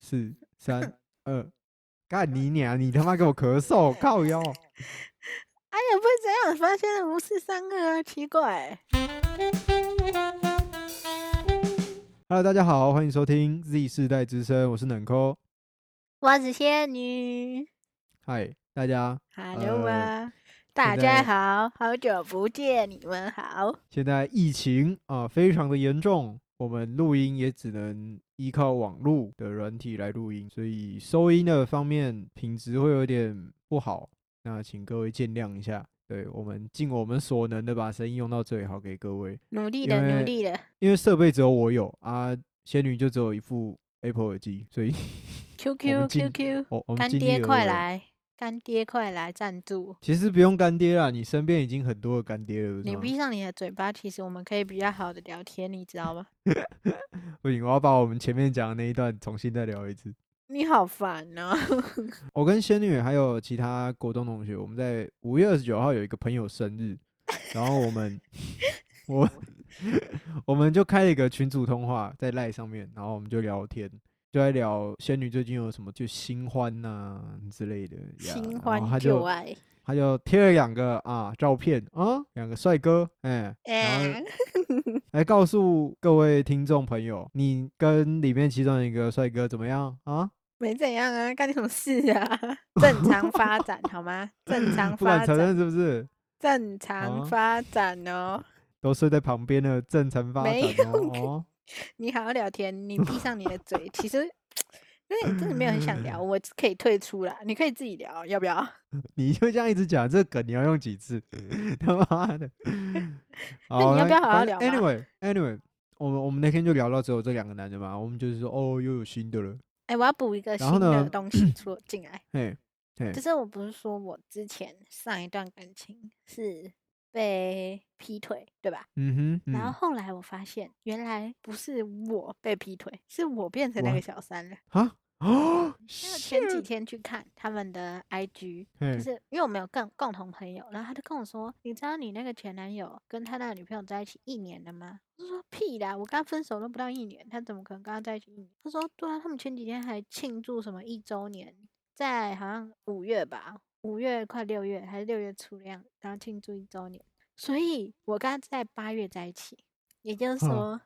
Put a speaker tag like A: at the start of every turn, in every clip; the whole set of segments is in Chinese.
A: 四、 三、二，干你娘！你他妈给我咳嗽，靠腰！
B: 哎呀，不这样，发现了无事三个啊，奇怪。
A: Hello，大家好，欢迎收听 Z 世代之声，我是冷抠。
B: 我是仙女
A: 嗨，大家，
B: ，Hello
A: 呃
B: 啊、大
A: 在
B: 家好，好久不见，你们好。
A: 现在疫情啊、非常的严重，我们录音也只能依靠网络的软体来录音，所以收音的方面品质会有点不好，那请各位见谅一下。对我们尽我们所能的把声音用到最好给各位。
B: 努力
A: 因
B: 的，努
A: 为
B: 力的。
A: 因为设备只有我有啊，仙女就只有一副 Apple 耳机，所以
B: QQ
A: 尽
B: QQ，
A: 我我们
B: 干
A: 尽
B: 爹
A: 力而
B: 快
A: 为。
B: 来，干爹快来赞助。
A: 其实不用干爹啦，你身边已经很多的干爹了，不是
B: 你
A: 吗
B: 闭上你的嘴巴，其实我们可以比较好的聊天，你知道吗？
A: 不行，我要把我们前面讲的那一段重新再聊一次。
B: 你好烦哦。
A: 我跟仙女还有其他国中同学，我们在五月二十九号有一个朋友生日，然后我 们我 我们就开了一个群组通话在赖上面，然后我们就聊天，就在聊仙女最近有什么就新欢呐、之类的呀，
B: 新
A: 然后
B: 欢
A: 她就
B: 旧爱。
A: 他就贴了两个啊照片啊，两个帅哥，哎、然后
B: 哎，
A: 来告诉各位听众朋友，你跟里面其中一个帅哥怎么样啊？
B: 没怎样啊，干你什么事啊？ 正常发展好吗？正 常
A: 不敢
B: 发
A: 承
B: 展，
A: 认是不是？
B: 正
A: 啊
B: 常发展哦。
A: 都睡在旁边的正常发展
B: 没
A: 哦哦。
B: 你好好聊天，你闭上 你的嘴。其实，因为你真的没有很想
A: 嗯
B: 聊，我可以退出啦。你可以自己聊，要不要？
A: 你就这样一直讲这个梗，你要用几次？ 他妈 的！
B: 你要不要好好
A: 反
B: 聊嘛
A: 正？Anyway，Anyway，我们我们那天就聊到只有这两个男的嘛，我们就是说哦，又有新的了，
B: 哎、我要补一个
A: 然
B: 新
A: 后
B: 的
A: 呢
B: 东西出进来，
A: 嘿，嘿
B: 就，是我不是说我之前上一段感情是被劈腿，对吧？
A: 嗯哼，
B: 然后
A: 嗯，
B: 后来我发现，原来不是我被劈腿，是我变成那个
A: What？
B: 小三了。
A: 啊，哦，
B: 因为我前几
A: 是
B: 天去看他们的 IG，
A: 嘿
B: 就是因为我们有共共同朋友，然后他就跟我说：“你知道你那个前男友跟他那个女朋友在一起一年了吗？”我就说：“屁啦，我跟他分手都不到一年，他怎么可能跟他在一起一年？”他说：“对啊，他们前几天还庆祝什么一周年，在好像五月吧，五月快六月还是六月初那样，然后庆祝一周年。所以我跟他在八月在一起，也就是
A: 哼
B: 说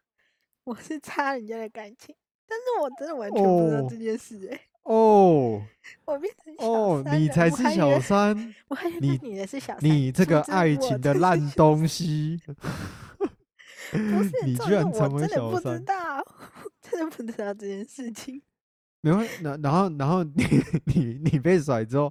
B: 我是差人家的感情，但是我真的完全不知道
A: 哦
B: 这件事、欸，
A: 哦
B: 我变成小
A: 哦，
B: 三
A: 你
B: 了
A: 才
B: 我
A: 是
B: 还以
A: 小
B: 为
A: 三，
B: 我还以为
A: 你
B: 你的是小三，
A: 你这
B: 殊
A: 个
B: 不知
A: 爱
B: 我
A: 情的
B: 真
A: 烂东西，
B: 不是，
A: 你
B: 重
A: 居
B: 点
A: 然
B: 是
A: 成
B: 我
A: 为
B: 真的
A: 小
B: 不知
A: 三，
B: 道，真的不知道这件事 情。
A: 没关系，然然后然后你 你你被甩之后，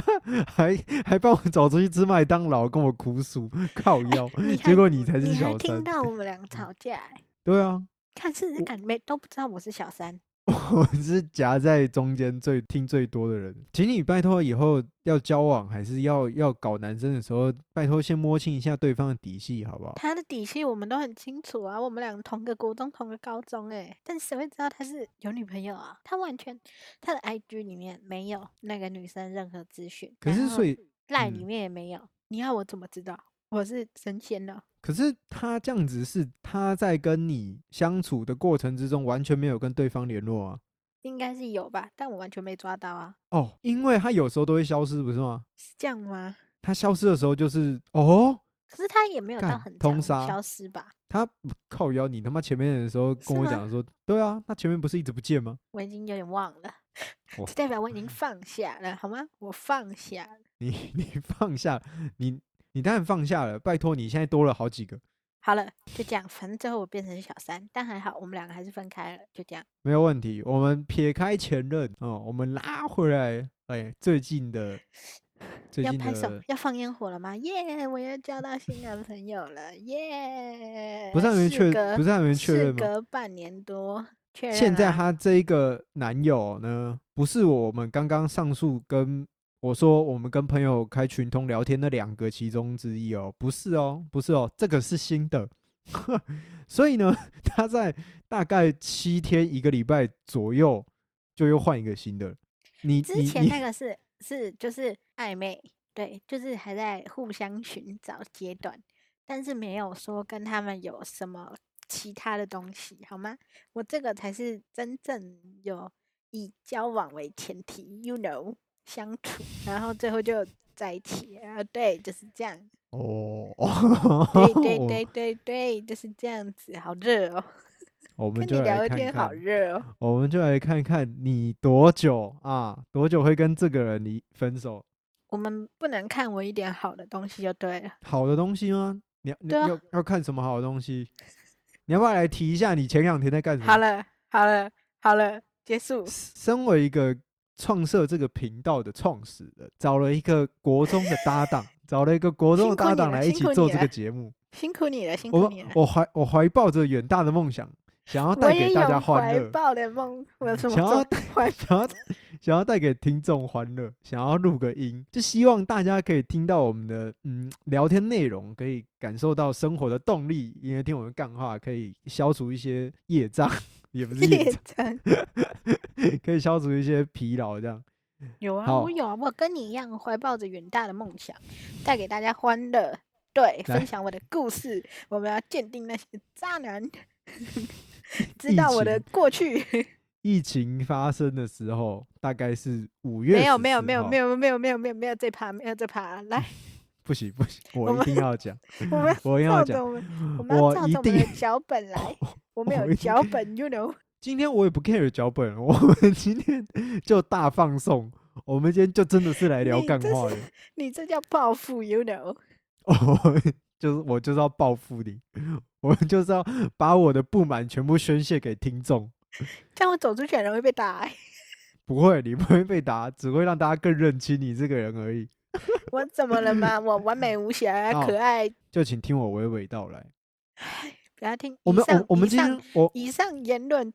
A: 还还帮我找出去吃麦当劳，跟我哭诉靠腰，
B: 还
A: 结果你才是
B: 哎你还
A: 小
B: 听
A: 三，
B: 到我们俩吵架、欸，
A: 对啊，
B: 看是不是
A: 我哦
B: 感没都不知道我是小三。
A: 我是夹在中间最听最多的人，请你拜托以后要交往还是要要搞男生的时候，拜托先摸清一下对方的底细，好不好？
B: 他的底细我们都很清楚啊，我们俩同个国中，同个高中、欸，哎，但谁会知道他是有女朋友啊？他完全他的 IG 里面没有那个女生任何资讯，
A: 可是所以
B: 赖里
A: 嗯
B: 面也没有，你要我怎么知道我是神仙了？
A: 可是他这样子是他在跟你相处的过程之中完全没有跟对方联络啊。
B: 应该是有吧，但我完全没抓到啊，
A: 哦，因为他有时候都会消失，不是吗？
B: 是这样吗？
A: 他消失的时候就是哦，
B: 可是他也没有到
A: 干
B: 很
A: 通
B: 长
A: 杀
B: 消失吧？
A: 他靠腰，你他妈前面的时候跟
B: 是
A: 我
B: 吗
A: 讲说，对啊，他前面不是一直不见吗？
B: 我已经有点忘了，
A: 哇
B: 这代表我已 经放下了，好吗？我放下了。
A: 你 你放下，你你当然放下了，拜托你现在多了好几个，
B: 好了，就这样，反正最后我变成小三，但还好我们两个还是分开了，就这样。
A: 没有问题。我们撇开前任哦，我们拉回来，哎，最近的最
B: 要
A: 近
B: 拍手
A: 的，
B: 要放烟火了吗？耶、我又交到新男朋友了，耶、
A: 不是还没
B: 事
A: 确
B: 隔
A: 不是还没确
B: 事
A: 认吗？
B: 隔半年多，确认
A: 现在
B: 啦
A: 她这一个男友呢，不是我们刚刚上述跟我说我们跟朋友开群通聊天那两个其中之一哦，不是哦，不是哦，这个是新的。 所以呢，她在大概七天一个礼拜左右就又换一个新的。你
B: 之
A: 你
B: 前
A: 你
B: 那个是是就是暧昧，对，就是还在互相寻找阶段，但是没有说跟他们有什么其他的东西，好吗？我这个才是真正有以交往为前提，you know，相处，然后最后就在一起啊，对，就是 这样，
A: 哦，
B: 对 对对对对，就是这样子，好热哦，
A: 我，我们
B: 跟
A: 就
B: 你
A: 来
B: 聊
A: 看
B: 天
A: 看
B: 好，热哦，
A: 我们就来看看你多久啊，多久会跟这个人离分手？
B: 我们不能看我一点好的东西就对了，
A: 好的东西吗？你要你
B: 对啊
A: 要要看什么好的东西？你要不要来提一下你前两天在干什么？
B: 好了好了好了，结束，
A: 身为一个创设这个频道的创始人，找了一个国中的搭档，找了一个国中的
B: 辛苦
A: 搭
B: 你
A: 档
B: 了
A: 来一
B: 辛
A: 起
B: 苦
A: 做
B: 你
A: 这个
B: 了
A: 节目。
B: 辛苦你了，辛苦
A: 我
B: 你了。
A: 我怀我怀抱着远大的梦想，想要带
B: 也
A: 给大家
B: 有
A: 欢
B: 怀
A: 乐，
B: 抱的梦，我有什么
A: 想要
B: 做怀
A: 想要想要带给听众欢乐，想要录个音，就希望大家可以听到我们的嗯聊天内容，可以感受到生活的动力，因为听我们干话可以消除一些业障，也不是业
B: 业
A: 障，
B: 障？
A: 可以消除一些疲劳这样。
B: 有啊，
A: 好
B: 我有啊，我跟你一样怀抱着远大的梦想，带给大家欢乐。对，
A: 来
B: 分享我的故事，我们要鉴定那些渣男， 知
A: 疫
B: 道我的
A: 情
B: 过去。
A: 疫情发生的时候，大概是五月，
B: 没有，没有，没有，没
A: 有，
B: 有，没有，没有，没有，没有这趴，没有这趴。 来，
A: 不行不 行，
B: 我
A: 我一
B: 们
A: 定要讲，
B: 我们
A: 我一定
B: 要
A: 要
B: 照着
A: 讲，
B: 我们，我们要
A: 我
B: 照
A: 一
B: 着我们
A: 定
B: 的脚本 来。我们
A: 我
B: 有
A: 一定
B: 脚本，you know。
A: 今天我也不 care 脚本， 我们今天就大放送。我们今天就真的是来聊
B: 你
A: 干
B: 这
A: 话的，
B: 你这叫报复，you know。
A: 哦，就是我就是要报复你， 我就是要把我的不满全部宣泄给听众。
B: 这样我走出去很容易被打、欸。
A: 不会，你不会被打，只会让大家更认清你这个人而已。
B: 我怎么了嘛？我完美无瑕、
A: 哦
B: 可爱，
A: 就请听我娓娓道来。
B: 不要听。
A: 我们
B: 以上
A: 我我们
B: 以
A: 今
B: 上
A: 天我
B: 以上言论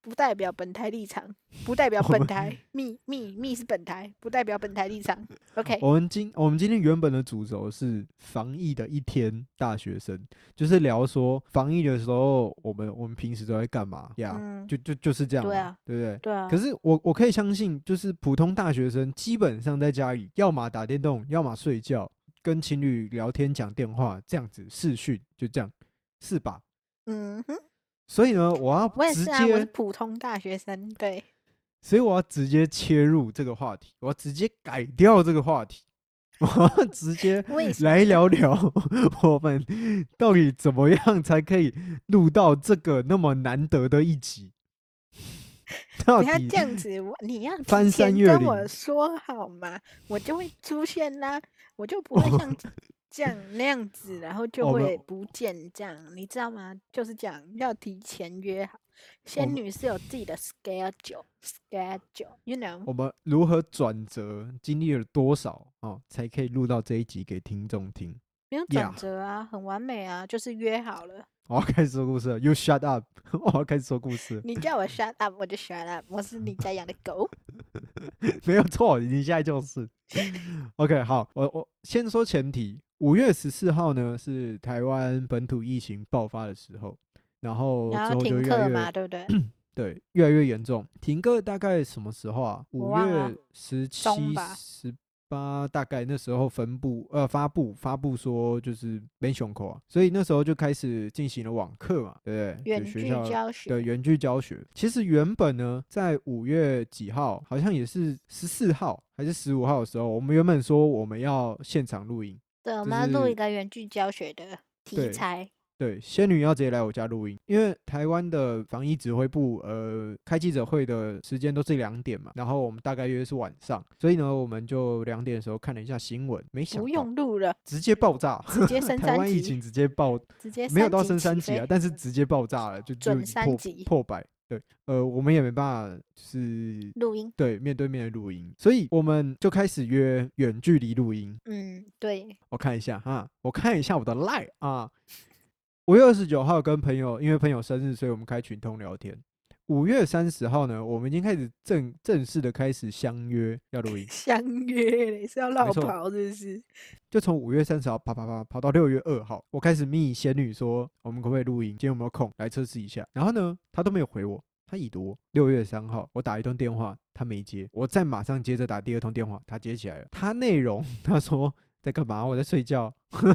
B: 不代表本台立场，不代表
A: 我
B: 本
A: 们
B: 台密密密是本台，不代表本台立场。OK，
A: 我们今我们今天原本的主轴是防疫的一天，大学生就是聊说防疫的时候，我们我们平时都在干嘛呀
B: 嗯
A: 啊就就就是这样嘛，
B: 对啊
A: 对不对？
B: 对啊
A: 可是我我可以相信，就是普通大学生基本上在家里，要么打电动，要么睡觉，跟情侣聊天、讲电话，这样子视讯，就这样，是吧？
B: 嗯哼，
A: 所以呢，我
B: 我
A: 要
B: 也
A: 直
B: 是啊，我是
A: 接，
B: 普通大学生，对，
A: 所以我要直接切入这个话题，我要直接改掉这个话题，我 要直接
B: 我也是啊
A: 来聊聊我们到底怎么样才可以录到这个那么难得的一集？到
B: 不要
A: 底
B: 这样子，我你要提
A: 翻山
B: 前
A: 越
B: 跟我
A: 岭
B: 说好吗？我就会出现啦，我就不会 像这样那样子，然后就
A: 我们
B: 会不见这样，你知道吗？就是这样，要提前约好。仙
A: 们
B: 女是有自己的 schedule，schedule，you know，
A: 我们如何转折，经历了多少哦，才可以录到这一集给听众听？
B: 没有
A: 呀
B: 转折啊，很完美啊，就是约 好了。
A: 我要开始说故事了，You shut up！我 要开始说故事了，
B: 你叫我 shut up，我就 shut up，我是你家养的狗。
A: 没有错，你现在就是。OK，好，我我先说前提，五月十四号呢是台湾本土疫情爆发的时候，然后
B: 然
A: 之
B: 后
A: 后就
B: 停
A: 越来越
B: 课嘛，对不 对？
A: 对，越来越严重。停课大概什么时候啊？五
B: 忘了
A: 月十七
B: 中、吧
A: 十八，大概那时候分布呃发布发布说就是没熊口啊，所以那时候就开始进行了网课嘛，对不对？
B: 远
A: 就
B: 距
A: 学校
B: 教学，
A: 对原距教学，其实原本呢，在五月几号，好像也是十四号还是十五号的时候，我们原本说我们要现场录音，
B: 对，我
A: 就
B: 们要录
A: 是
B: 一个远距教学的
A: 对
B: 题材。
A: 对，仙女要直接来我家录音，因为台湾的防疫指挥部呃开记者会的时间都是两点嘛，然后我们大概约是晚上，所以呢我们就两点的时候看了一下新闻，没想
B: 不
A: 到
B: 用录了，
A: 直接爆炸，
B: 直接 升
A: 台
B: 三
A: 湾疫
B: 级，
A: 情直接爆，
B: 直接
A: 没有到
B: 级
A: 升
B: 起
A: 三级啊
B: 飞，
A: 但是直接爆炸了，就就
B: 准
A: 已经
B: 三
A: 破
B: 级
A: 破百，对，呃我们也没办法就是
B: 录音，
A: 对面对面的录音，所以我们就开始约远距离录音。
B: 嗯， 对，，
A: 我看一下哈，我看一下我的 line 啊。五月二十九号跟朋友，因为朋友生日，所以我们开群通聊天。五月三十号呢，我们已经开始正正式的开始相约要录音
B: 相约嘞是要绕
A: 错
B: 跑是不 是？
A: 就从五月三十号跑跑跑跑到六月二号，我开始密仙女说我们可不可以录音，今天有没有空来测试一下。然后呢，她都没有回我，她已读我。六月三号，我打一通电话，她没接，我再马上接着打第二通电话，她接起来了。她内容她说在干嘛？我在睡觉，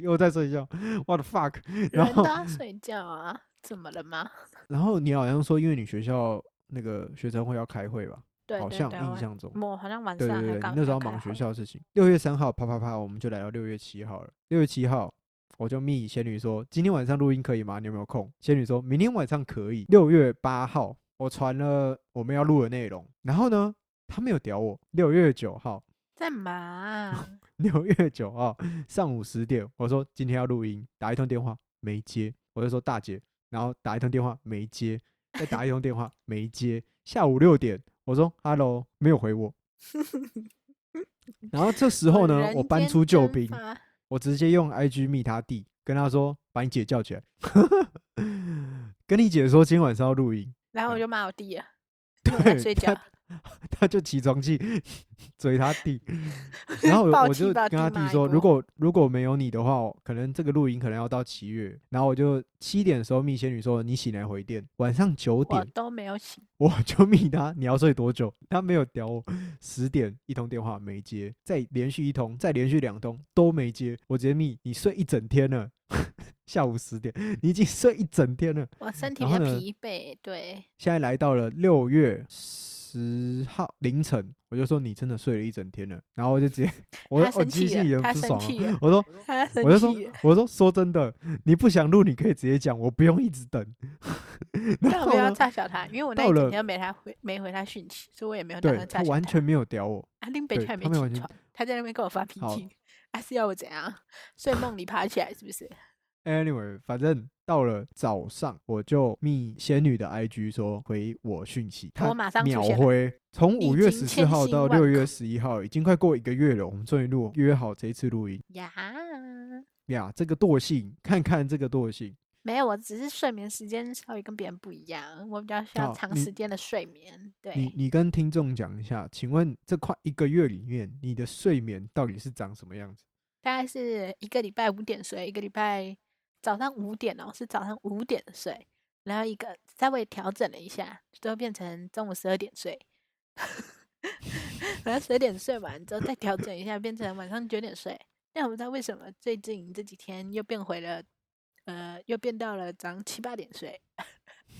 A: 又在睡觉，我的 fuck。然
B: 人都
A: 后
B: 要睡觉啊，怎么了吗？
A: 然后你好像说因为你学校那个学生会要开会吧？
B: 对
A: 好
B: 对
A: 像
B: 对
A: 印
B: 晚
A: 象中，
B: 我嗯好像晚
A: 对
B: 上
A: 对
B: 还
A: 对，
B: 刚
A: 你那时
B: 才
A: 候
B: 开
A: 忙学
B: 会，
A: 校的事情。六月三号，啪啪啪，我们就来到六月七号了。六月七号，我就密仙女说，今天晚上录音可以吗？你有没有空？仙女说明天晚上可以。六月八号，我传了我们要录的内容，然后呢，他没有屌我。六月九号，
B: 在忙啊，
A: 六月九号上午十点，我说今天要录音，打一通电话没接，我就说大姐，然后打一通电话没接，再打一通电话没接，下午六点我说 hello 没有回 我，然后这时候呢，我
B: 人
A: 搬
B: 间
A: 出救
B: 蒸
A: 兵，
B: 发
A: 我直接用 IG 密他弟，跟他说把你姐叫 起来， 跟你姐说今晚上要录音，
B: 然后
A: 嗯
B: 我就骂 我弟了，因为我在
A: 对
B: 睡
A: 他
B: 觉，
A: 他就起床气 追他弟， 然后
B: 暴
A: 我
B: 气
A: 就
B: 暴
A: 跟他
B: 地
A: 弟
B: 骂一
A: 说，如
B: 波
A: 果如果没有你的话，可能这个录音可能要到七月。然后我就七点的时候密仙女说你醒来回电，晚上九
B: 我
A: 点
B: 都没有醒。
A: 我就 密他你要睡多久，他没有屌我，十点一通电话没接，再连续一通，再连续两通都没接，我直接密你睡一整天了， 下午十点你已经睡一整天了。
B: 我身体
A: 然
B: 比较
A: 后呢
B: 疲惫，对，
A: 现在来到了六月十号凌晨，我就说你真的睡了一整天了，然后我就直接 我哦
B: 他
A: 我
B: 生
A: 机器
B: 气
A: 人
B: 了，他
A: 不
B: 生
A: 爽、
B: 气
A: 啊，
B: 了，
A: 我说
B: 他生
A: 我就说
B: 气了，
A: 我说说真的，你不想录你可以直接讲，我不用一直等。 然
B: 但我
A: 后
B: 没有要
A: 呢，
B: 嘲笑他，因为我那
A: 到
B: 一整
A: 了
B: 天都没他回，没回他讯息，所以我也没有打
A: 对
B: 算
A: 他
B: 嘲笑
A: 完
B: 他。
A: 全没有屌我，
B: 阿林北
A: 对
B: 却还没
A: 他没有完
B: 起
A: 全
B: 床，他在那边跟我发脾
A: 好
B: 气，他、是要我怎样？睡梦里爬起来是不是？
A: Anyway，反正到了早上，我就密仙女的 IG 说回我讯息，她
B: 马上出
A: 秒
B: 现了
A: 回。从
B: 你
A: 五
B: 已
A: 月十
B: 经
A: 四
B: 千
A: 号
B: 辛
A: 到
B: 万
A: 六月
B: 苦
A: 十一号，已经快过一个月了，我们终于录约好这一次录音
B: 呀，
A: 呀！这个惰性，看看这个惰性。
B: 没有，我只是睡眠时间稍微跟别人不一样，我比较需
A: 好
B: 要长
A: 你
B: 时间的睡眠。
A: 你
B: 对，
A: 你跟听众讲一下，请问这快一个月里面，你的睡眠到底是长什么样子？
B: 大概是一个礼拜五点睡，一个礼拜早上五点哦，是早上五点睡，然后一个稍微调整了一下，就变成中午十二点睡。然后十二点睡完之后再调整一下，变成晚上九点睡。但我不知道为什么最近这几天又变回了，呃，又变到了早上七八点睡。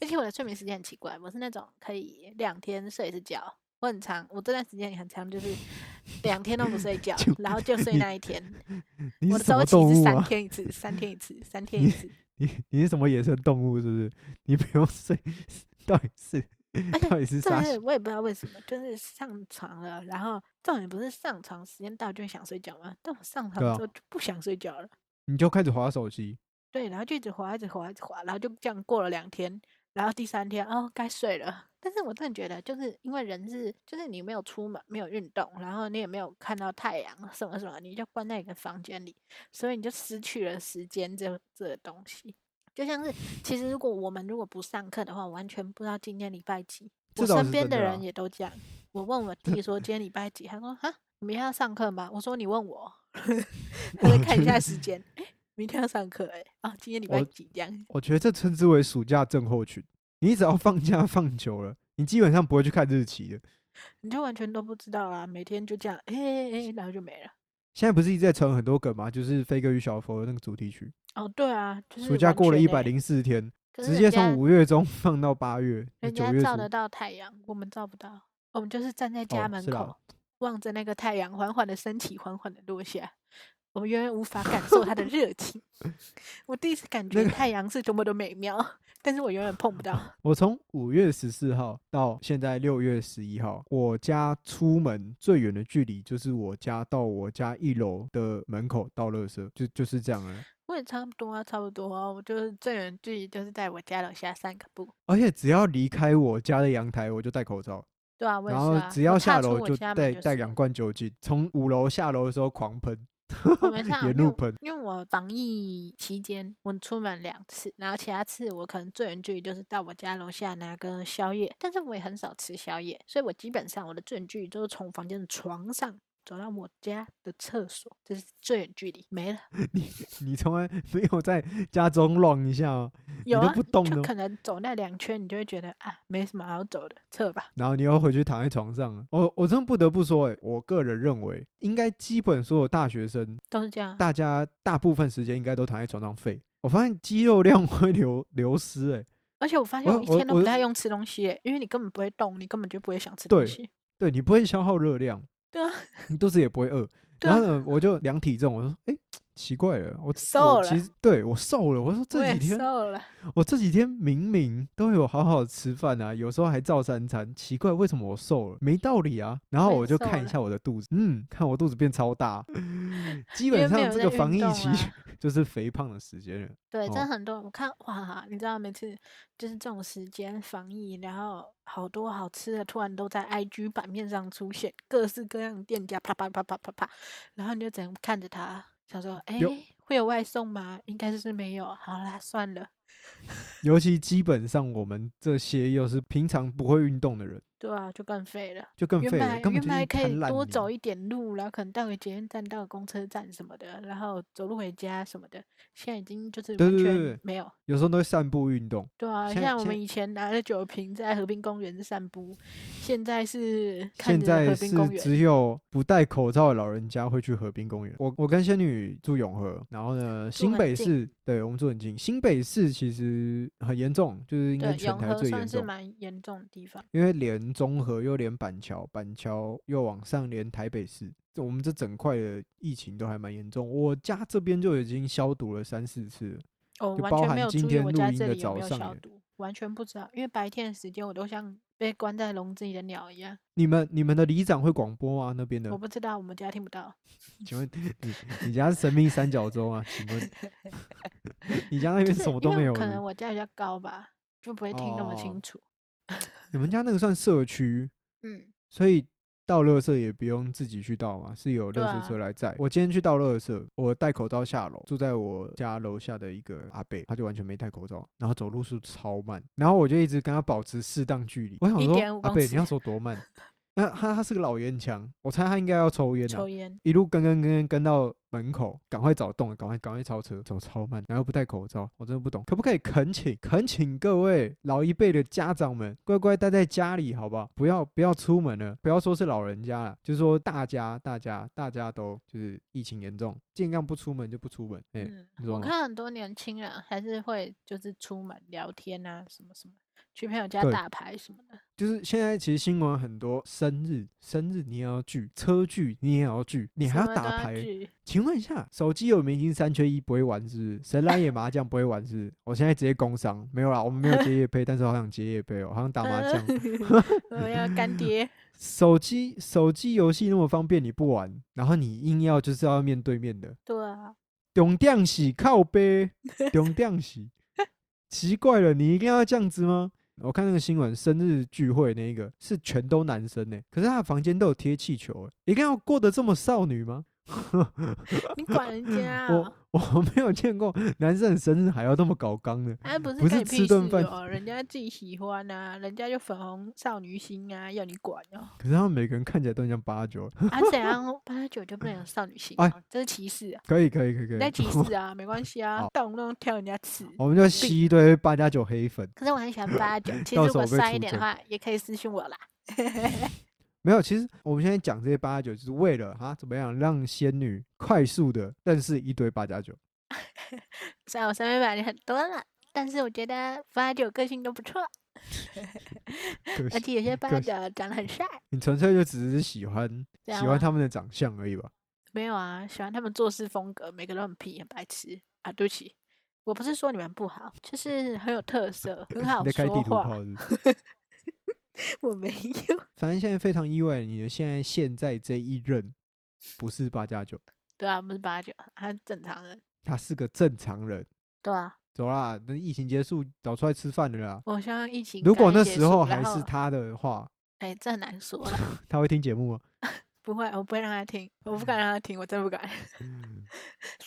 B: 而且我的睡眠时间很奇怪，我是那种可以两天睡一次觉，我很长，我这段时间也很长，就是两天都不睡觉
A: 就，
B: 然后就睡
A: 你
B: 那一天。
A: 你
B: 我
A: 是
B: 的
A: 什么
B: 周期
A: 动
B: 是
A: 物
B: 三
A: 啊？
B: 天一次，三天一次，三天一
A: 你
B: 次。
A: 你你是什么野生动物？是不是？你不用 睡，到底是
B: 而且
A: 到底是
B: 这
A: 啥？
B: 是我也不知道为什么，就是上床了，然后重点不是上床时间到就会想睡觉吗？但我上床
A: 对啊
B: 之后就不想睡觉了，
A: 你就开始划手机。
B: 对，然后就一直滑，一直滑，一直滑，然后就这样过了两天，然后第三天哦该睡了。但是我真的觉得，就是因为人是，就是你没有出门，没有运动，然后你也没有看到太阳啊什么什么，你就关在一个房间里，所以你就失去了时间这这个东西。就像是，其实如果我们如果不上课的话，我完全不知道今天礼拜几。
A: 这
B: 我
A: 倒
B: 身
A: 是
B: 边
A: 真
B: 的
A: 的
B: 人
A: 啊
B: 也都这样。我问我弟说今天礼拜几，他说哈，你明天要上课吗？我说你 问我，他
A: 我
B: 说看一
A: 觉
B: 下
A: 得
B: 时间，哎、明天要上课、诶哎，啊，今天礼
A: 我
B: 拜几这样？
A: 我觉得这称之为暑假症候群。你只要放假放久了，你基本上不会去看日期的。
B: 你就完全都不知道啊，每天就这样，哎哎哎，然后就没了。
A: 现在不是一直在传很多梗吗？就是《飞哥与小佛》的那个主题曲，
B: 哦，对啊，就是
A: 暑假
B: 完
A: 过了
B: 全
A: 一
B: 欸
A: 百，零四天，
B: 可是
A: 直
B: 人
A: 接
B: 家
A: 从五月中放到八月、
B: 人
A: 九
B: 家
A: 月初
B: 照。得到太阳，我们照不到，我们就是站在家
A: 哦
B: 门
A: 是啦
B: 口，望着那个太阳缓缓的升起，缓缓的落下，我们永远无法感受 它的热情。我第一次感
A: 那
B: 觉
A: 个
B: 太阳是多么的美妙， 但是我永远碰不到。
A: 我从五月十四号到现在六月十一号，我家出门最远的距离就是我家到我家一楼的门口倒垃圾，就就是这样了。
B: 我也差不多啊，差不多啊，我就是最远距离就是在我家楼下散个步，
A: 而且只要离开我家的阳台，我就戴口罩。
B: 对啊，我也
A: 然
B: 是
A: 后
B: 啊。
A: 只
B: 我
A: 要
B: 踏
A: 下
B: 出
A: 楼
B: 我
A: 就
B: 家门
A: 带
B: 是
A: 带两罐酒精，从五楼下楼的时候狂喷，
B: 我没上，
A: 沿
B: 因
A: 路
B: 为
A: 喷。
B: 因为我防疫期间我出门两次，然后其他次我可能最远距离就是到我家楼下拿个宵夜，但是我也很少吃宵夜，所以我基本上我的最远距离就是从房间的床上走到我家的厕所，这是最远距离， 没了。
A: 你从来 没有在家中乱一下哦，
B: 有
A: 都
B: 啊
A: 不，动
B: 就
A: 的
B: 可能走那两圈，你就会觉得啊，没什么好走的，撤吧。
A: 然后你又回去躺在床上了。我我真的不得不说、欸，我个人认为，应该基本所有大学生，
B: 都是这样啊，
A: 大 家大部分时间应该都躺在床上废。我发现肌肉量会流流失、欸，哎，
B: 而且我发现
A: 我
B: 我一
A: 我
B: 天都
A: 我
B: 不太用吃东西耶，因为你根本不会动，你根本就不会想吃
A: 对
B: 东西。
A: 对你不会消耗热量，
B: 对啊，
A: 你肚子也不会饿。
B: 对
A: 然
B: 啊
A: 后呢，我就量体重，我说，哎、奇怪了，我
B: 瘦
A: 我其
B: 了
A: 实对我瘦了。我说
B: 我
A: 这
B: 也
A: 几天
B: 瘦了，
A: 我这几天明明都有好好吃饭啊，有时候还照三餐，奇怪为什么我瘦了？没道理啊！然后
B: 我也
A: 我就
B: 瘦
A: 看一
B: 了
A: 下我的肚子，嗯，看我肚子变超 大，基
B: 因为
A: 本
B: 没有
A: 上这
B: 在
A: 个
B: 运
A: 防疫
B: 动
A: 期
B: 啊
A: 就是肥胖的时间了。
B: 对，真的
A: 哦
B: 很多。我看哇，你知道每次就是这种时间防疫，然后好多好吃的突然都在 IG 版面上出现，各式各样的店家啪啪啪啪啪啪，然后你就只能看着它，想说，哎
A: 有，
B: 会有外送吗？应该是没有。好啦，算了。
A: 尤其基本上我们这些又是平常不会运动的人，
B: 对啊，就更废了。
A: 就更
B: 原
A: 废了，
B: 本
A: 根本
B: 原
A: 就是
B: 本
A: 一
B: 可以
A: 滩烂
B: 多
A: 泥。啊
B: 走一点路，然后可能到个捷运站、到个公车站什么的，然后走路回家什么的。现在已经就是
A: 对
B: 完
A: 对对对
B: 全没有。
A: 有时候都会散步运动，
B: 对啊，
A: 现在
B: 像我
A: 现
B: 们以前拿着酒瓶在河滨公园散步，现 在是看
A: 现
B: 着
A: 在
B: 河滨
A: 是
B: 公园。
A: 只有不戴口罩的老人家会去河滨公园。我我跟仙女住永和，然后呢，
B: 住
A: 新
B: 很
A: 北
B: 近
A: 市对我们住很近。新北市其实很严重，就是应该
B: 对，
A: 全
B: 永
A: 台
B: 和
A: 最
B: 算
A: 严
B: 是
A: 重，
B: 蛮严重的地方。
A: 因为连中和又连板桥，板桥又往上连台北市，这我们这整块的疫情都还蛮严重。我家这边就已经消毒了三四次了，
B: 我、
A: 就
B: 完
A: 包
B: 全
A: 含
B: 没有
A: 今
B: 注意
A: 天
B: 我
A: 录
B: 家
A: 音
B: 这
A: 的
B: 里有没
A: 早
B: 有
A: 上
B: 消
A: 耶
B: 毒，完全不知道，因为白天的时间我都像被关在笼子里的鸟一样。
A: 你们你们的里长会广播吗？那边的
B: 我？不知道我们家听不到，
A: 请问你你家是神秘三角洲 啊？请问你家那
B: 就
A: 边
B: 是
A: 什么
B: 因
A: 都没
B: 为
A: 有
B: 可
A: 是不是
B: 能我家比较高吧，就不会听那么
A: 哦
B: 清楚。
A: 你们家那个算社区，
B: 嗯，
A: 所以倒垃圾也不用自己去倒嘛，是有垃
B: 对
A: 圾车
B: 啊
A: 来载。我今天去倒垃圾，我戴口罩下楼，住在我家楼下的一个阿伯，他就完全没戴口罩，然后走路速度超慢，然后我就一直跟他保持适当距离。我想说
B: 1.5，
A: 阿
B: 公
A: 伯你
B: 尺
A: 要走多慢？ 那他他是个老烟枪，我猜他应该要抽烟啊
B: 抽。烟。
A: 一路跟跟跟跟跟到门口，赶快找洞，赶快赶快超车，走超慢，然后不戴口罩，我真的不懂，可不可以恳请恳请各位老一辈的家长们，乖乖待在家里，好不好？不要不要出门了，不要说是老人家了，就是说大家大家大家都就是疫情严重，尽量不出门就不出门，哎、
B: 嗯，
A: 你
B: 我
A: 懂吗？
B: 看很多年轻人还是会就是出门聊天啊，什么什么，去朋友家
A: 对
B: 打牌什么的。
A: 就是现在其实新闻很多，生日生日你也要聚，车聚你也要聚，你还
B: 什
A: 要
B: 么都
A: 打
B: 要
A: 牌，
B: 聚
A: 请问一下，手机有明星三缺一不会玩是不是？神来也麻将不会玩是不是？我现在直接工伤，没有啦，我们没有接夜配，但是好想接夜配哦，好想打麻 将。
B: 我们要干爹，
A: 手机手机游戏那么方便，你不玩，然后你硬要就是要面对面的，
B: 对啊，
A: 懂掉洗靠背，懂掉洗，奇怪了，你一定要这样子吗？我看那个新闻，生日聚会那一个是全都男生呢、可是他的房间都有贴气球、欸，一定要过得这么少女吗？
B: 你管人家、
A: 我
B: 啊？
A: 我没有见过男生的生日还要那么搞刚的，
B: 哎，不是
A: 不
B: 跟
A: 是
B: 你
A: 吃
B: 屁事
A: 顿饭
B: 哦，人家自己喜欢啊，人家就粉红少女心啊，要你管 哦。
A: 可是他们每个人看起来都很像八九。
B: 啊，怎样？八加九就不能有少女心、
A: 哎哦
B: 哦，这是歧视啊！
A: 可以可以可以可
B: 你在
A: 以，
B: 歧视啊，没关系啊
A: 好，
B: 动不动挑人家刺。
A: 我们就吸一堆八加九黑粉。
B: 可是我很喜欢八加九，其实
A: 到
B: 如
A: 时
B: 果
A: 候被
B: 塞
A: 出
B: 一点的
A: 征
B: 话，也可以私信我啦。
A: 没有，其实我们现在讲这些八加九，就是为了哈怎么样让仙女快速的认识一堆八加九。
B: 虽然我身边买的很多了，但是我觉得八九个性都不错，
A: 可
B: 而
A: 惜
B: 且有些八
A: 个
B: 九长得很帅。
A: 你纯粹就只是喜欢
B: 这
A: 喜
B: 样啊
A: 欢
B: 吗
A: 他们的长相而已吧？
B: 没有啊，喜欢他们做事风格，每个都很屁，很白痴啊！对不起，我不是说你们不好，就是很有特色，很好
A: 你在开
B: 说
A: 地图
B: 话。
A: 炮是不是？
B: 我没有，
A: 反正现在非常意外，你的现在现在这一任不是八加九，
B: 对啊，不是八九，他是正常人。
A: 他是个正常人。
B: 对啊，
A: 走啦，那疫情结束早出来吃饭的啦。
B: 我希望疫情
A: 如果
B: 赶
A: 那
B: 紧结
A: 时候
B: 束然
A: 还是
B: 后
A: 他的话，
B: 哎，这很难说了，
A: 他会听节目吗？哦
B: 不会，我不会让他听，我不敢让他听，我真不敢。
A: 嗯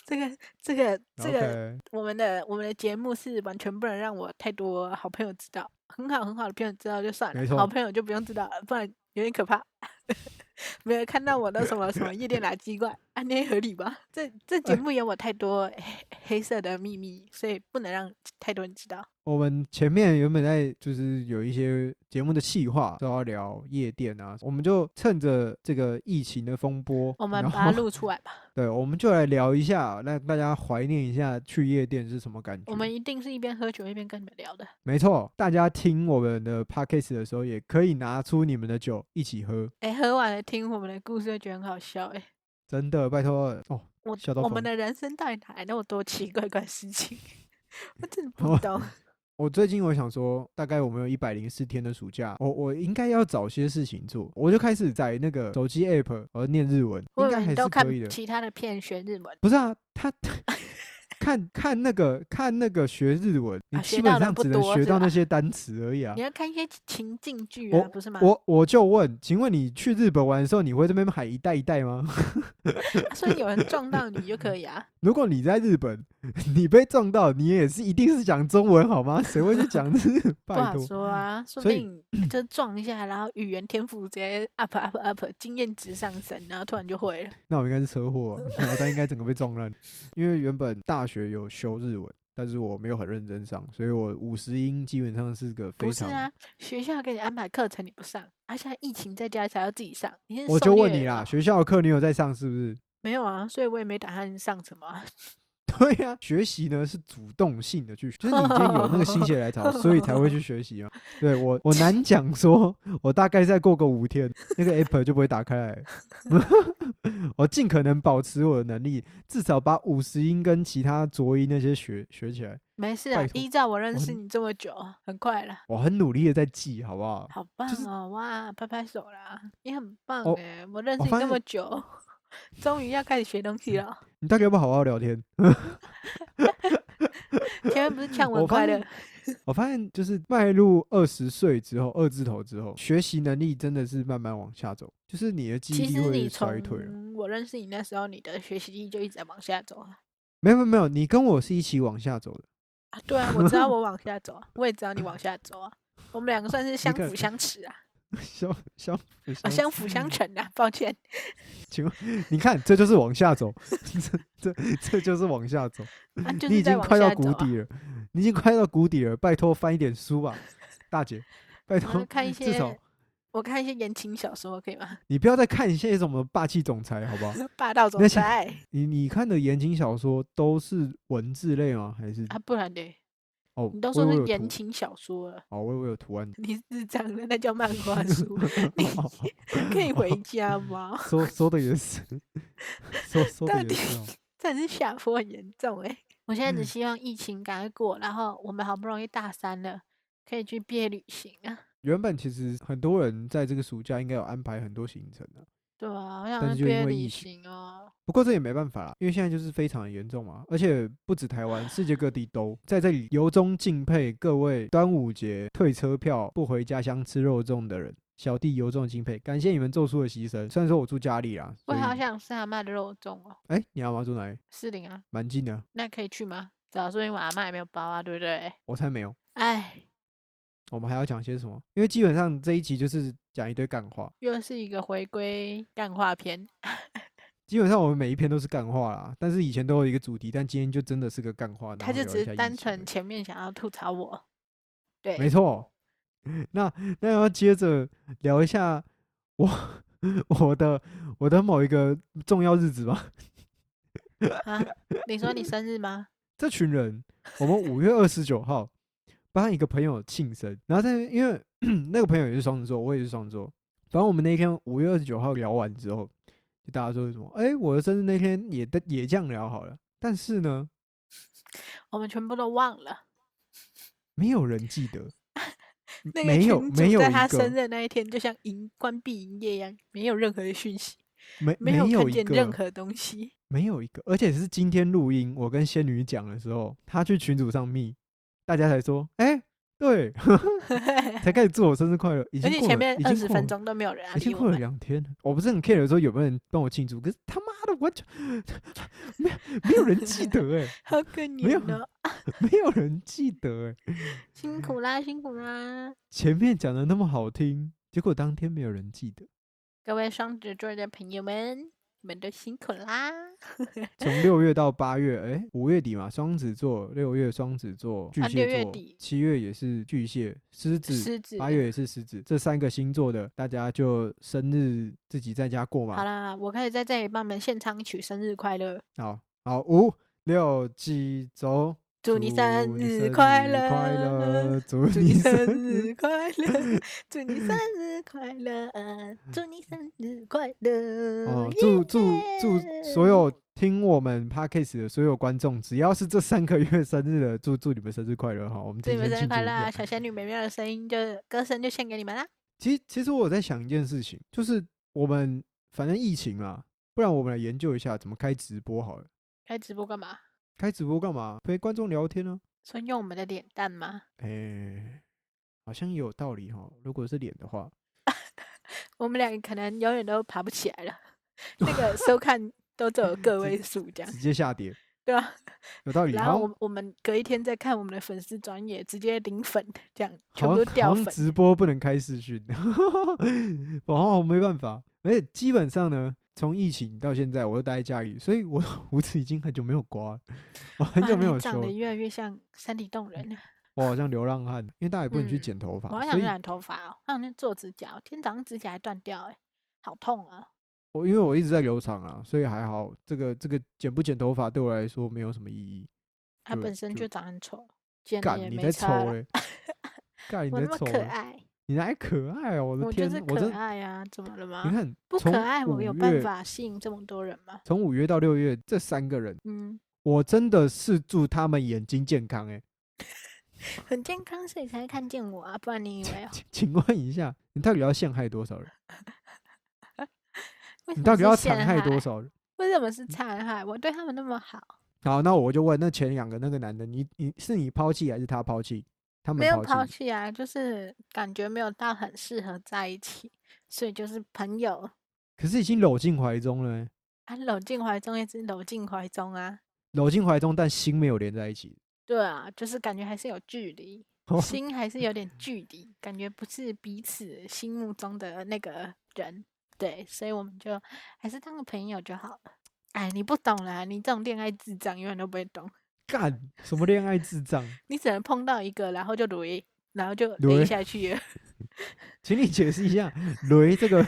B: 这个，这个，这个
A: OK，
B: 我们的我们的节目是完全不能让我太多好朋友知道，很好很好的朋友知道就算
A: 没
B: 了，
A: 错
B: 好朋友就不用知道了，不然有点可怕。 没有看到我的什么什么夜店垃圾怪，啊，那合理吧？这这节
A: 哎
B: 目有我太多黑黑色的秘密，所以不能让太多人知道。
A: 我们前面原本在就是有一些节目的细化都要聊夜店啊，我们就趁着这个疫情的风波，
B: 我们
A: 然
B: 把它
A: 后
B: 录出来 吧。
A: 对，我们就来聊一下，让大家怀念一下去夜店是什么感觉。
B: 我们一定是一边喝酒一边跟你们聊的。
A: 没错，大家听我们的 podcast 的时候，也可以拿出你们的酒一起喝，
B: 哎、喝完了听我们的故事，会觉得很好笑、哎，
A: 真的，拜托了哦。
B: 我
A: 笑到
B: 我们
A: 疯
B: 的人生到底哪来那么多奇怪怪的事情？ 我真的不懂。
A: 我最近我想说，大概我们有一百零四天的暑假，我我应该要找些事情做，我就开始在那个手机 app 我念日文，
B: 我
A: 应
B: 以
A: 该还
B: 为你
A: 是
B: 都看
A: 可以的。
B: 其他的片学日文，
A: 不是啊，他看看那个看那个学日文，你
B: 啊
A: 基
B: 学
A: 本
B: 到的
A: 上
B: 不
A: 只能
B: 多
A: 学
B: 是
A: 到那
B: 吧
A: 些单词而已啊
B: 你。要看一些情境剧
A: 我
B: 啊，不是吗？
A: 我我就问，请问你去日本玩的时候，你会这边喊一代一代吗？
B: 啊所以有人撞到你就可以啊。
A: 如果你在日本， 你被撞到，你也是一定是讲中文好吗？谁会去讲日？
B: 不
A: 拜
B: 好
A: 托，
B: 说啊，说不
A: 所以
B: 定就撞一下，然后语言天赋直接 up up up，经验值上升，然后突然就会了。
A: 那我应该是车祸、啊，脑袋应该整个被撞烂。因为原本大学有修日文，但是我没有很认真上，所以我五十音基本上是个非
B: 不是
A: 常……
B: 啊，学校给你安排课程你不上，而且疫情在家才要自己上。你是
A: 我
B: 受
A: 就问
B: 虐
A: 你啦，
B: 了
A: 学校的课你有在上是不是？
B: 没有啊，所以我也没打算上什么啊、
A: 对呀、学习呢是主动性的去学，就是你已经有那个心血来潮，所以才会去学习嘛。对我，我难讲说，我大概再过个五天，那个 app 就不会打开来。 我尽可能保持我的能力，至少把五十音跟其他浊音那些学学起来。
B: 没事啊
A: 拜，托
B: 依照我认
A: 我
B: 识
A: 很
B: 你这么久，很快了，
A: 我很努力的在记，好不好？
B: 好棒
A: 是
B: 哦！哇，拍拍手啦，你很棒
A: 我
B: 哎、我认
A: 我
B: 识你
A: 发
B: 这
A: 现
B: 么久， 终于要开始学东西了。
A: 你大概要不要好好聊天？
B: 前面不是呛我
A: 我
B: 很
A: 发
B: 快乐
A: 现，我发现就是迈入二十岁之后，二字头之后，学习能力真的是慢慢往下走，就是你的记忆
B: 其
A: 力
B: 实你
A: 会衰
B: 从
A: 退了。
B: 我认识你那时候，你的学习力就一直在往下走啊。
A: 没有没有没有，你跟我是一起往下走的。
B: 啊对啊，我知道我往下走啊，我也知道你往下走啊。我们两个算是相
A: 看
B: 辅相持啊，
A: 相相辅相
B: 啊相辅相成啊。抱歉，
A: 成，你看，这就是往下走， 这这这就是往下走，
B: 啊，就
A: 你
B: 是
A: 已
B: 在
A: 经
B: 往
A: 快到
B: 下
A: 谷
B: 走啊。
A: 底了，你已经快到谷底了，拜托翻一点书吧，大姐，拜
B: 啊我
A: 托，
B: 看一
A: 至少
B: 些，我看一些言情小说可以吗？
A: 你不要再看一些什么霸气总裁，好不好？
B: 霸道总
A: 那些
B: 裁
A: 你你看的言情小说都是文字类吗？还是
B: 啊，不然的，
A: 哦，
B: 你都
A: 我以
B: 说
A: 为
B: 是
A: 有
B: 言
A: 图
B: 情小说了，，
A: 哦，我以为有图案
B: 你是智障的，那叫漫画书， 你
A: 哦
B: 可以回家吗？
A: 说说的也是，说说
B: 到
A: 的也
B: 底
A: 是哦，
B: 真的是下坡很严重哎、我现在
A: 嗯
B: 只希望疫情赶快过，然后我们好不容易大三了，可以去毕业旅行啊。
A: 原本其实很多人在这个暑假应该有安排很多行程的、
B: 对啊，我想
A: 但是
B: 去
A: 就
B: 毕
A: 因
B: 业
A: 为
B: 旅
A: 疫情
B: 行哦。
A: 不过这也没办法啦，因为现在就是非常的严重嘛，而且不止台湾，世界各地都在这里由衷敬佩各位端午节退车票不回家乡吃肉粽的人，小弟由衷敬佩，感谢你们做出的牺牲。虽然说我住家里啦，
B: 我
A: 所以
B: 好想吃阿嬷的肉粽哦，
A: 哎，你阿妈住哪里？
B: 士林啊，
A: 蛮近的，
B: 那可以去吗？早说明我阿嬷也没有包啊，对不对？
A: 我才没有。
B: 哎，
A: 我们还要讲些什么？因为基本上这一集就是讲一堆干话，
B: 又是一个回归干话篇。
A: 基本上我们每一篇都是干话啦，但是以前都有一个主题，但今天就真的是个干话。然
B: 他
A: 后
B: 就
A: 聊一
B: 只
A: 下
B: 是
A: 疫
B: 单
A: 情而
B: 纯
A: 已
B: 前面想要吐槽我，对，
A: 没错。那那要接着聊一下我 我的我的某一个重要日子吧。
B: 啊，你说你生日吗？
A: 这群人，我们五月二十九号帮一个朋友庆生，然后在因为 那个朋友也是双子座，我也是双子座，反正我们那天五月二十九号聊完之后，就大家说什么？哎、我的生日那天也的也这样聊好了，但是呢，
B: 我们全部都忘了。，
A: 没有人记得
B: 那个
A: 没有
B: 群
A: 没
B: 主
A: 有
B: 在
A: 一
B: 他生
A: 个
B: 日的那一天，就像营关闭营业一样，没有任何的讯息，
A: 没
B: 没
A: 有
B: 看
A: 一
B: 见
A: 个
B: 任何东西。
A: 没有一个，而且是今天录音，我跟仙女讲的时候，她去群组上密，大家才说，哎、对， 才开始祝我生日快乐，已经
B: 而且
A: 过
B: 前
A: 了，
B: 面
A: 已
B: 二
A: 经
B: 十
A: 过
B: 分
A: 了，
B: 钟都没有人来
A: 已经
B: 理我
A: 过了
B: 们，
A: 两天了，我不是很 care 说有没有人帮我庆祝，可是他妈的完全没有没有人记 得哎、
B: 好可
A: 没有
B: 怜 哦，
A: 没有人记得哎、
B: 辛苦啦，辛苦啦！
A: 前面讲的那么好听，结果当天没有人记得，
B: 各位双子座的朋友们，你们都辛苦啦。
A: 从六月到八月，哎，五月底嘛，双子座；六月双子座，巨
B: 啊六
A: 蟹
B: 月
A: 座
B: 底；
A: 七月也是巨蟹、狮子；
B: 狮子，
A: 八月也是狮子。这三个星座的，大家就生日自己在家过
B: 好
A: 嘛。
B: 啦，我可以在这里帮你们献唱一曲生日快乐，
A: 好，好，五六七走，
B: 祝你生日
A: 日
B: 快
A: 乐，快
B: 乐，
A: 祝
B: 祝你
A: 你
B: 生
A: 日
B: 日快 乐，祝你生日快乐，祝你生日快乐。
A: 哦，祝祝祝所
B: 耶
A: 有听我们 podcast 的所有观众，只要是这三个月生日的，祝祝你们生日快乐哈！我们
B: 祝
A: 提
B: 你们
A: 前
B: 生日
A: 庆祝
B: 快
A: 一下
B: 乐！啊小仙女美妙的声音就歌声就献给你们啦。
A: 其实其实我有在想一件事情，就是我们反正疫情嘛，不然我们来研究一下怎么开直播好了。
B: 开直播干嘛？
A: 开直播干嘛？陪观众聊天呢、
B: 所以用我们的脸蛋吗？
A: 啊？哎，好像也有道理哈。如果是脸的话，
B: 我们两个可能永远都爬不起 来了，那个收看都只有个位数这样
A: 直，接下跌，
B: 对吧、
A: 有道理。
B: 然后
A: 好啊
B: 我们我们隔一天再看我们的粉丝专业，直接零粉这样，全
A: 好
B: 部
A: 像
B: 都掉
A: 好啊像
B: 粉。
A: 直播不能开视讯， 哦，没办法。而且基本上呢，从疫情到现在，我都待在家里，所以我的胡子已经很久没有刮了，我很
B: 哇
A: 久没
B: 你
A: 有修
B: 长得
A: 了，
B: 越来越像山地洞人了。
A: 我好像流浪汉，因为大家也不能去
B: 嗯
A: 剪头发，
B: 我好
A: 所
B: 想
A: 以
B: 染头发哦，我想去做指甲哦，今天早上指甲还断掉哎、好痛啊！
A: 我因为我一直在留长啊，所以还好。这个这个剪不剪头发对我来说没有什么意义。
B: 它
A: 就
B: 本身
A: 就
B: 就长很丑，剪了也
A: 干，你
B: 没
A: 在丑
B: 差了。
A: 嘞！ 干，你
B: 我
A: 在
B: 那么
A: 丑哎
B: 可
A: 嘞！
B: 爱，
A: 你哪里可爱啊！我的
B: 我就
A: 天
B: 是，
A: 我真
B: 可爱啊，怎么了吗？
A: 你看，
B: 不
A: 从
B: 可爱，
A: 五
B: 我有办
A: 月
B: 法吸引这么多人吗？
A: 从五月到六月这三个人，
B: 嗯，
A: 我真的是祝他们眼睛健康哎、？
B: 很健康，所以才会看见我啊，不然你以为、哦
A: 请请问一下，你到底要陷害多少人？
B: 为
A: 你
B: 什么
A: 到底
B: 是
A: 要
B: 陷
A: 残害多
B: 害？
A: 少嗯人？
B: 为什么是残害？我对他们那么好，
A: 好，那我就问，那前两个那个男的，你你是你抛弃还是他抛弃？他们
B: 没有
A: 抛弃
B: 抛
A: 你
B: 弃啊，就是感觉没有到很适合在一起，所以就是朋友
A: 可是已经搂进怀中了欸、
B: 啊，搂进怀中也是搂进怀中啊。
A: 搂进怀中，但心没有连在一起。
B: 对啊，就是感觉还是有距离，
A: 哦
B: 心还是有点距离，感觉不是彼此心目中的那个人。对，所以我们就还是当个朋友就好了。哎，你不懂啦，你这种恋爱智障永远都不会懂，
A: 干什么恋爱智障？
B: 你只能碰到一个，然后就雷，然后就
A: 雷
B: 雷下去了。
A: 请你解释一下“雷”这个、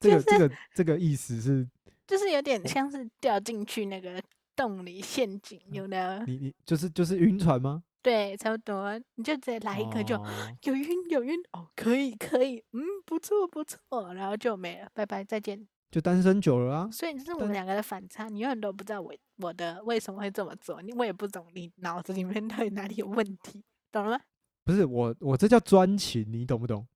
A: 这个、
B: 就
A: 这个、这个意思是
B: 就是有
A: 哦
B: 点像是掉进去那个洞里陷阱，有的
A: 嗯你你就是就是晕船吗？
B: 对，差不多，你就直接来一个就、
A: 哦
B: 有晕有晕哦，可以可以，嗯，不错不错，然后就没了，拜拜，再见。
A: 就单身久了啊。
B: 所以这是我
A: 但
B: 们两个的反差，你永远都不知道我我的为什么会这么做，你我也不懂你脑子里面 到底哪里有问题，懂了吗？
A: 不是我，我这叫专情，你懂不懂？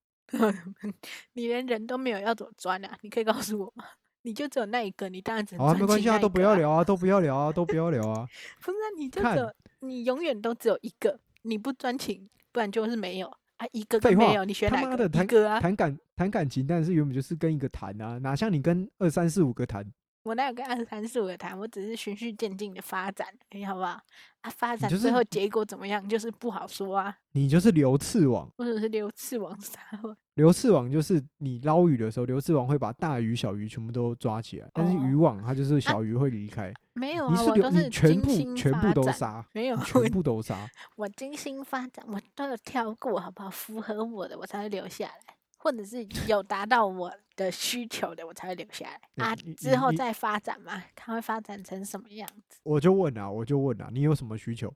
B: 你连人都没有要怎么钻啊？你可以告诉我吗？ 你就只有那一个，你当然只
A: 好啊，
B: 能专
A: 没关
B: 情
A: 系啊，
B: 那一
A: 都不
B: 个
A: 要
B: 啊。
A: 聊啊，都不要聊啊，都不要聊 啊。
B: 不是啊、你就
A: 看
B: 只有你永远都只有一个，你不专情，不然就是没有啊，一个
A: 废
B: 跟
A: 话
B: 没有，你选
A: 他
B: 哪
A: 妈
B: 个？
A: 的
B: 一个啊，
A: 谈感谈感情，但是原本就是跟一个谈啊，哪像你跟二三四五个谈，
B: 我哪有跟二三四五个谈？我只是循序渐进的发展，你好不好？啊，发展
A: 就
B: 最
A: 是
B: 后结果怎么样，就是不好说啊。
A: 你就是流刺网。
B: 或者是留刺网 啥网，
A: 流刺网就是你捞鱼的时候，流刺网会把大鱼、小鱼全部都抓起来，但是
B: 哦
A: 渔网它就是小鱼会离开。
B: 没有
A: 你
B: 啊，
A: 是
B: 我
A: 流
B: 都
A: 你
B: 是
A: 全
B: 精
A: 部
B: 心
A: 全
B: 发
A: 部都
B: 展，
A: 杀，
B: 没有
A: 你
B: 啊
A: 全
B: 我
A: 部都杀。
B: 我精心发展，我都有挑过，好不好？符合我的我才会留下来，或 者是有达到我的需求的我才会留下来啊
A: 你。你
B: 之后
A: 你
B: 再发展嘛，看会发展成什么样子。
A: 我就问啊，我就问啊，你有什么需求？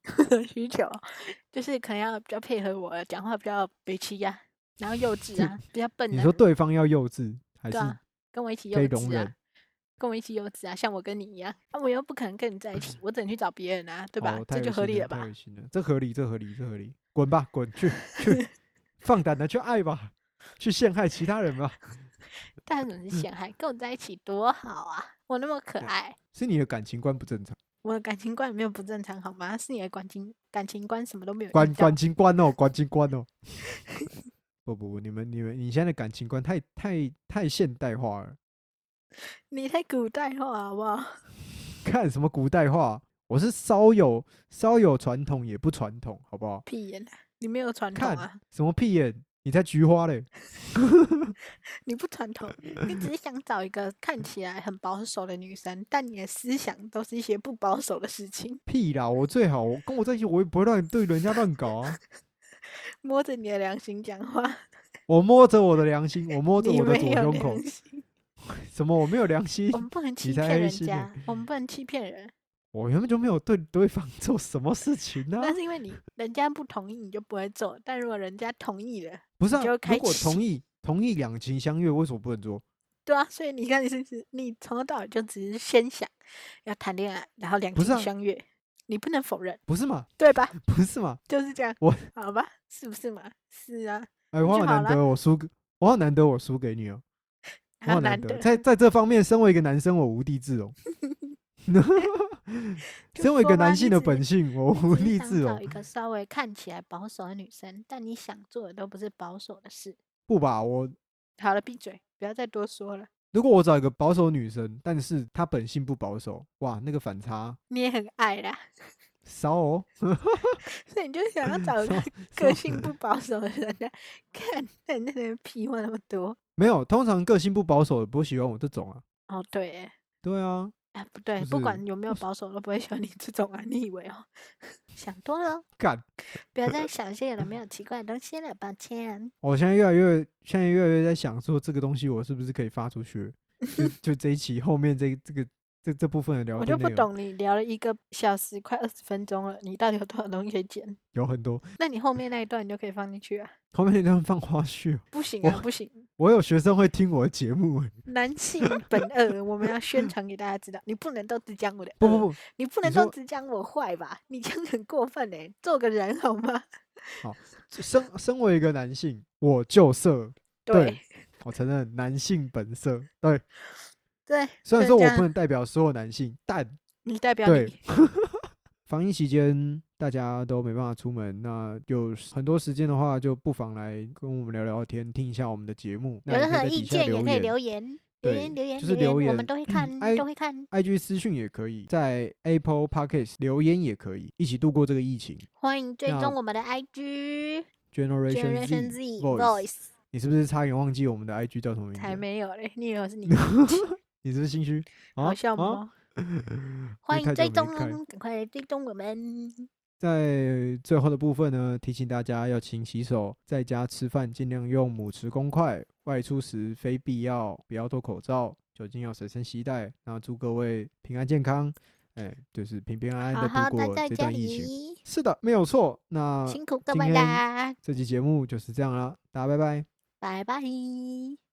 B: 需求就是可能要比较配合我，讲话比较北气呀，然后幼稚啊，比较笨
A: 你
B: 啊
A: 说，对方要幼稚还是
B: 对啊，跟我一起幼
A: 可以容
B: 稚啊
A: 忍，
B: 跟我一起幼稚啊，像我跟你一样，啊，我又不可能跟你在一起，我只能去找别人啊，对吧
A: 哦？太
B: 这就
A: 恶
B: 合
A: 心
B: 理了
A: 了太
B: 吧
A: 恶？心了，这合理，这合理，这合理。滚吧，滚去 去，放胆的去爱吧，去陷害其他人吧。
B: 但总是陷害，跟我在一起多好啊，我那么可
A: 嗯对
B: 爱。
A: 是你的感情观不正常，
B: 我的感情观也没有不正常，好吗？是你的感情感情观什么都没有遇
A: 感
B: 到。
A: 感情观哦，感情观 哦。不不不，你们你们你现在的感情观太太太现代化了，
B: 你太古代化好不好？
A: 看什么古代化？我是稍有稍有传统也不传统，好不好？
B: 屁眼啊，你没有传统
A: 看
B: 啊！
A: 什么屁眼？你才菊花嘞，
B: 你不传统，你只是想找一个看起来很保守的女生，但你的思想都是一些不保守的事情。
A: 屁啦！我最好我跟我在一起，我也不会乱对人家乱搞啊。
B: 摸着你的良心讲话，
A: 我摸着我的良心，我摸着
B: 你
A: 我的
B: 没
A: 左
B: 有
A: 胸口
B: 良，心。
A: 什么我没有良心
B: 我？们不能欺
A: 才
B: 骗人
A: 是
B: 家，我们不能欺骗 人。
A: 我原本就没有对对方做什么事情啊呢、
B: 那是因为你人家不同意，你就不会做；但如果人家同意了，
A: 不是啊
B: 你就，开
A: 如果
B: 启
A: 同意同意两情相悦，为什么不能做？
B: 对啊，所以你看，你是指你从头到尾就只是先想要谈恋爱，然后两
A: 不是
B: 情
A: 啊
B: 相悦，你不能否认，
A: 不是嘛？
B: 对吧？
A: 不是嘛？
B: 就是这样，
A: 我
B: 好吧，是不是嘛？是啊，
A: 哎、
B: 那
A: 我
B: 就
A: 好
B: 好
A: 难
B: 啦
A: 得我输给，我好难得我输给你哦、我
B: 很
A: 好难
B: 难
A: 得，
B: 得。
A: 在在这方面，身为一个男生，我无地自容。
B: 就
A: 身为一
B: 说
A: 个
B: 吧
A: 男
B: 你
A: 性的
B: 只
A: 本性，我
B: 你
A: 无哦
B: 只
A: 地
B: 是
A: 自
B: 想找
A: 容
B: 一。个稍微看起来保守的女生，但你想做的都不是保守的事。
A: 不吧，我
B: 好了，闭嘴，不要再多说了。
A: 如果我找一个保守女生，但是她本性不保守，哇，那个反差
B: 你也很爱啦，
A: 骚哦，
B: 所以你就想要找一
A: 骚
B: 个
A: 骚
B: 个性不保守的人啊。 看，那你在那边屁话那么多。
A: 没有，通常个性不保守的不会喜欢我这种啊。
B: 哦，对耶，
A: 对啊，
B: 哎，不对，
A: 不
B: 不
A: 是
B: 管有没有保守，都不会喜欢你这种啊！ 你以为哦？想多了哦，
A: 干，
B: 不要再想一些有的没有奇怪的东西了，抱歉。
A: 我现在越来越，现在越来越在想说这个东西我是不是可以发出 去？就就这一期后面这这个这这部分的聊
B: 我
A: 天
B: 就不
A: 内容
B: 懂你聊了一个小时，快二十分钟了，你到底有多少东西可以剪？
A: 有很多，
B: 那你后面那一段你就可以放进去啊！
A: 后面他们放花絮哦，
B: 不行
A: 我
B: 啊，不行，
A: 我有学生会听我的节目欸，
B: 男性本恶，我们要宣传给大家知道，你不能都只讲我的
A: 不
B: 恶
A: 不 不，
B: 你不
A: 你
B: 能都
A: 说
B: 只讲我坏吧？你这样很过分嘞、做个人好吗？
A: 身身为一个男性，我就色，对
B: 对
A: 我承认男性本色。对，
B: 对，
A: 虽然说
B: 就这
A: 我
B: 样
A: 不能代表所有男性，但
B: 你代表
A: 对
B: 你，
A: 防疫期间大家都没办法出门，那有很多时间的话，就不妨来跟我们聊聊天，听一下我们的节目。
B: 有
A: 那也
B: 任
A: 可以
B: 何
A: 在
B: 意
A: 底下
B: 见也可以
A: 言。
B: 留言，留
A: 对
B: 言留言
A: 就是
B: 留
A: 留
B: 言，我
A: 言
B: 们都会看，
A: 哎
B: 都会看。
A: IG 私讯也可以，在 Apple Podcast 留言也可以，一起度过这个疫情。
B: 欢迎追
A: 那
B: 踪我们的 IG
A: Generation Z
B: Generation Z
A: Voice，
B: Voice，
A: 你是不是差点忘记我们的 IG 叫什么名
B: 才
A: 字？
B: 没有嘞，你以为我是 你？
A: 你是不是心虚？啊
B: 好哦 笑
A: 啊
B: 吗？欢
A: 太久
B: 迎追
A: 没
B: 踪
A: 看，
B: 赶快追踪我们。
A: 在最后的部分呢，提醒大家要勤洗手，在家吃饭尽量用母匙公筷，外出时非必要不要脱口罩，酒精要随身携带。那祝各位平安健康，哎，就是平平安安
B: 好
A: 的
B: 好
A: 度
B: 待
A: 过
B: 在
A: 这
B: 家
A: 段疫情。
B: 里，
A: 是的，没有错。那
B: 辛苦各
A: 今
B: 位
A: 天
B: 啦，
A: 这期节目就是这样啦，大家拜拜。
B: 拜拜。